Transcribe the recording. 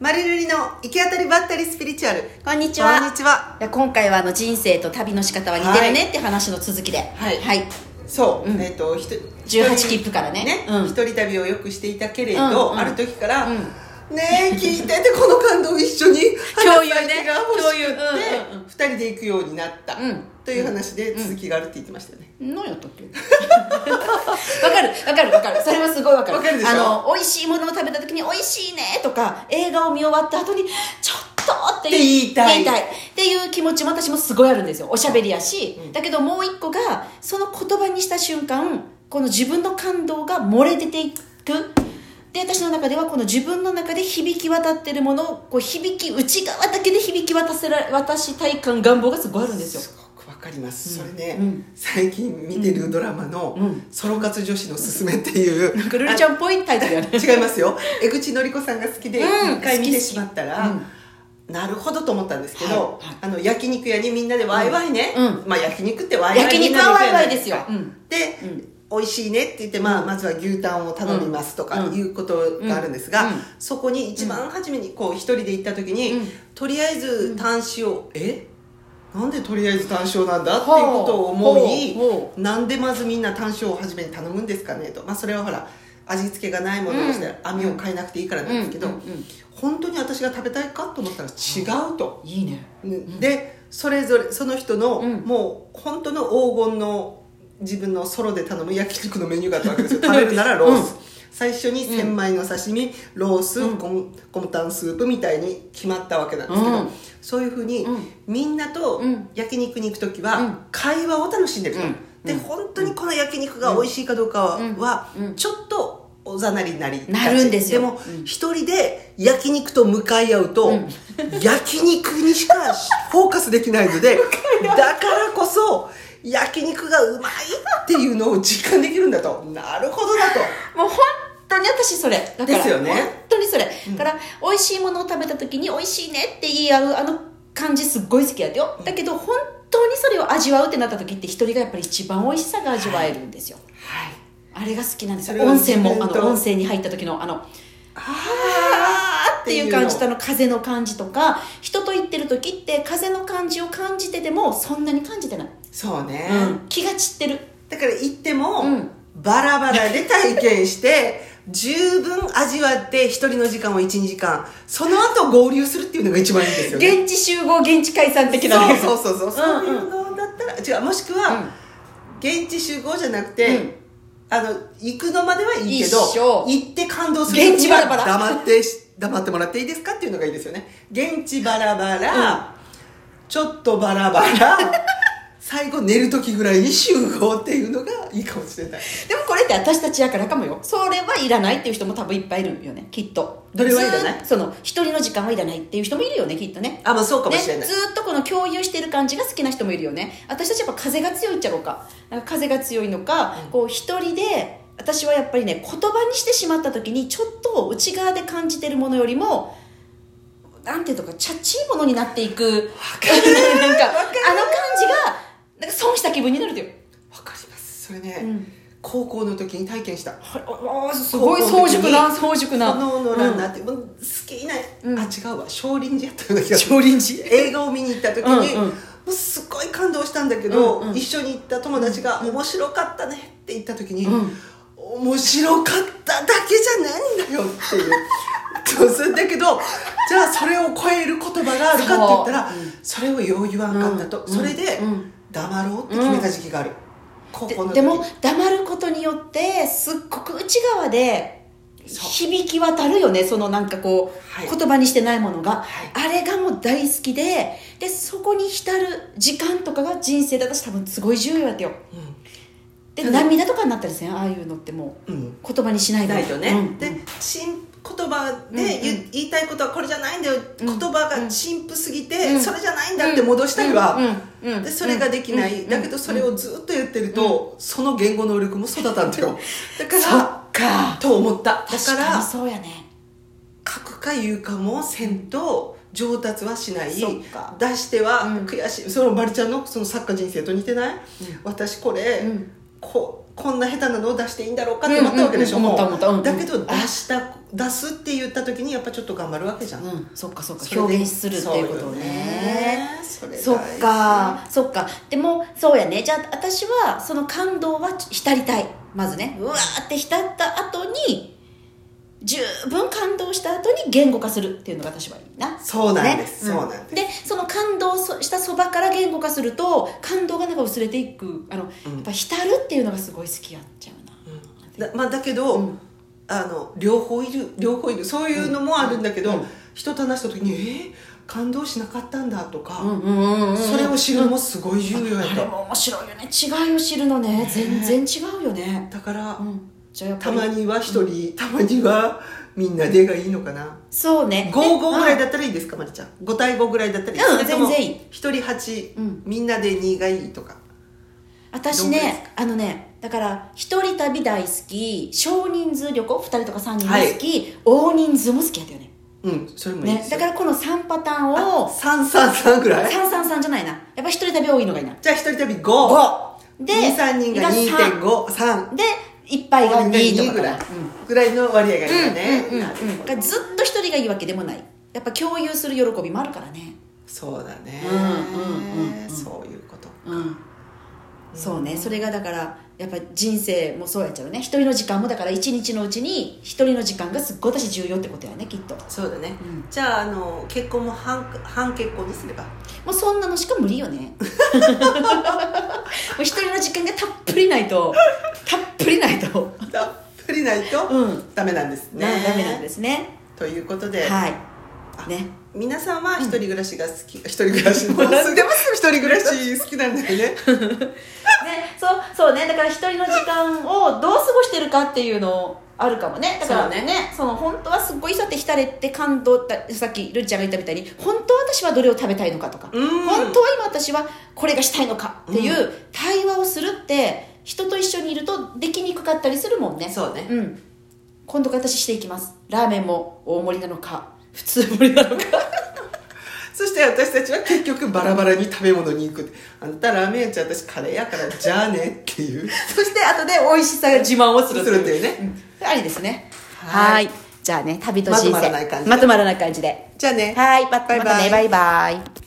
マリルリの行き当たりばったりスピリチュアルこんにちはこんにちは今回はあの人生と旅の仕方は似てるねって話の続きでははいそう、えっ、とひと18切符からねね、うん一人旅をよくしていたけれど、うんうんある時から、うんねえ聞いててこの感動一緒 に共有話す相手ねが欲しくって共有うんうんうん二人で行くようになった、うんという話で続きがあるって言ってましたよね、何やったっけ わかるわかるわかるそれはすごいわかるわかるでしょあの美味しいものを食べた時に「美味しいね」とか映画を見終わった後に「ちょっと」ってって言いたいっていう気持ちも私もすごいあるんですよおしゃべりやし、だけどもう一個がその言葉にした瞬間この自分の感動が漏れ出ていくで私の中ではこの自分の中で響き渡ってるものをこう響き内側だけで響き渡せら渡したい感願望がすごいあるんですよすごくわかります、それね、うん最近見てるドラマのうん「ソロ活女子のすすめ」っていう、くるるちゃんっぽいタイトルやね違いますよ江口のり子さんが好きでうん一回見てしまったら、好き好なるほどと思ったんですけど、はいはいあの焼肉屋にみんなでワイワイね、うんまあ焼肉ってワイワイ焼肉はワイワイですよ、うんで、美味しいねって言って、まあ、まずは牛タンを頼みますとかうんいうことがあるんですが、うんうんそこに一番初めにこう一人で行った時に、うんとりあえず単塩、えなんでとりあえず単塩なんだっていうことを思いほうほなんでまずみんな単塩を初めに頼むんですかねと、まあ、それはほら味付けがないものをしてうん網を変えなくていいからなんですけど、うんうんうん本当に私が食べたいかと思ったら違うと。いいねでそれぞれその人の、うんもう本当の黄金の自分のソロで頼む焼き肉のメニューがあったわけですよ食べるならロース、最初に千枚の刺身、ロース、うんコンコムタンスープみたいに決まったわけなんですけど、うんそういうふうに、うんみんなとうん焼肉に行く時うんは会話を楽しんでると、うんでうん本当にこの焼肉が美味しいかどうかは、うんうんちょっとおざなりになりがちなるんですよでも、うん一人で焼肉と向かい合うと、うん焼肉にしかフォーカスできないのでだからこそ焼肉がうまいっていうのを実感できるんだとなるほどだともう本当に私それだからですよね本当にそれ、だから美味しいものを食べた時に美味しいねって言い合うあの感じすっごい好きやったよ、だけど本当にそれを味わうってなった時って一人がやっぱり一番美味しさが味わえるんですよ、はいあれが好きなんですそよれを温泉も自あ分との温泉に入った時のあのああーっていう感じとあの風の感じとか人と行ってる時って風の感じを感じててもそんなに感じてない、そうね、うん気が散ってるだから行っても、うんバラバラで体験して十分味わって一人の時間を12時間その後合流するっていうのが一番いいんですよね現地集合現地解散的なねそうそうそうそううんそういうのだったら、違うもしくうんは、現地集合じゃなくて、うんあの行くのまではいいけど一緒行って感動する現時地はバラバラ黙ってし黙ってもらっていいですかっていうのがいいですよね現地バラバラ、ちょっとバラバラ 最後寝る時ぐらいに集合っていうのがいいかもしれないでもこれって私たちやからかもよそれはいらないっていう人も多分いっぱいいるよねきっとどれはいらないずーっとその一人の時間はいらないっていう人もいるよねきっとねあまあそうかもね、しずれない、ーっとこの共有してる感じが好きな人もいるよね私たちやっぱ風が強いっちゃろうかなんか風が強いのか、こう一人で私はやっぱりね言葉にしてしまった時にちょっと内側で感じてるものよりもなんていうのかちゃっちいものになっていくなんかあの感じがなんか損した気分になるというわかりますそれね、うん高校の時に体験したおおすごい早熟な早熟なこののランナーって、もう好きな、うんあ違うわ少林寺やったような気がする少林寺映画を見に行った時に、うんうんもうすっごい感動したんだけど、うんうん一緒に行った友達が「面白かったね」って言った時に「うん面白かっただけじゃないんだよ」っていう。そうするんだけどじゃあそれを超える言葉があるかって言ったらそ,、れをよう言わんかったと、うんそれでうん黙ろうって決めた時期がある、高校の時ででも黙ることによってすっごく内側でそう響き渡るよねそのなんかこう、はい言葉にしてないものはが、いあれがもう大好きででそこに浸る時間とかが人生で私多分すごい重要だったよで、うん涙とかになったりせんああいうのってもうん、うんう言葉にしないないとね、うんで新言葉で言,、うんうん言いたいことはこれじゃないんだよ、う言ん葉が陳腐すぎて、うんそれじゃないんだって戻したりは、うんうんうんでそれができない、うんだけどそれをずっと言ってると、その言語能力も育たんだよだかそっらかと思っただか確からにそうやね書くか言うかもせんと上達はしないそっか出してはうん悔しい、そのまりちゃんのその作家人生と似てない、私これ、うんこうこんな下手なのを出していいんだろうかって思ったわけでしょ、うんうんうんもう思った思ったうんだけど出した出すって言った時にやっぱちょっと頑張るわけじゃん、うん、そっかそっかそれで表現するっていうことをねそうよねそそれ大事っかそっかでもそうやねじゃあ私はその感動は浸りたいまずねうわーって浸った後に十分感動した後に言語化するっていうのが私はいいなそうなんですそうなんですでその感動したそばから言語化すると感動がなんか薄れていくあの、うんやっぱ浸るっていうのがすごい好きやっちゃうな、だ,、まあ、だけど、うんあの両方いる両方いるそういうのもあるんだけど、うんうん人と話した時に「えー感動しなかったんだ」とか、うんうんうんうんそれを知るのもすごい重要やあと、れも面白いよね違いを知るのね全然違うよねだから、うんじゃあやっぱたりまには一人、たまにはみんなでがいいのかなそうね55ぐらいだだったらいいですかまりちゃん5対5ぐらいだったらいいですうんそれとも全然いい一人8、うんみんなで2がいいとか私どんぐらいですねあのねだから一人旅大好き少人数旅行2人とか3人も好き、大人数も好きやったよねうんそれもいいでねすだよ、からこの3パターンを333ぐらい333じゃないなやっぱ一人旅多いのがいいなじゃあ一人旅5で523人が3 2.53で一杯が2とかぐからい、うんぐらいの割合がいいよね、うんうんうんなるほどだからずっと一人がいいわけでもないやっぱ共有する喜びもあるからねそうだね、うんうんうんそういうことうんそうねそれがだからやっぱ人生もそうやっちゃうね一人の時間もだから一日のうちに一人の時間がすっごい私重要ってことやねきっとそうだね、うんじゃああの結婚も半半結婚にすればもうそんなのしか無理よね もう一人の時間がたっぷりないとたっぷりないと たっぷりないとうんダメなんですね、なダメなんですねということで、はいね皆さんは一人暮らしが好き、一人暮らしもう何でも一人暮らし好きなんだよ ねね、そうそうねだから一人の時間をどう過ごしてるかっていうのあるかもねだからねそそうの本当はすっごいさって浸れて感動ださっきるっちゃんが言ったみたいに本当は私はどれを食べたいのかとか、うん本当は今私はこれがしたいのかっていう対話をするって、人と一緒にいるとできにくかったりするもんねそうねうん今度から私していきますラーメンも大盛りなのか普通盛りな のかそして私たちは結局バラバラに食べ物に行くあんたラーメンやっちゃう私カレーやからじゃあねっていうそして後で美味しさが自慢をするするっていうねうんありですねははいいじゃあね旅と人生まとまらない感じでまとまらない感じでじゃあねはいバまイバイまたねバイバイ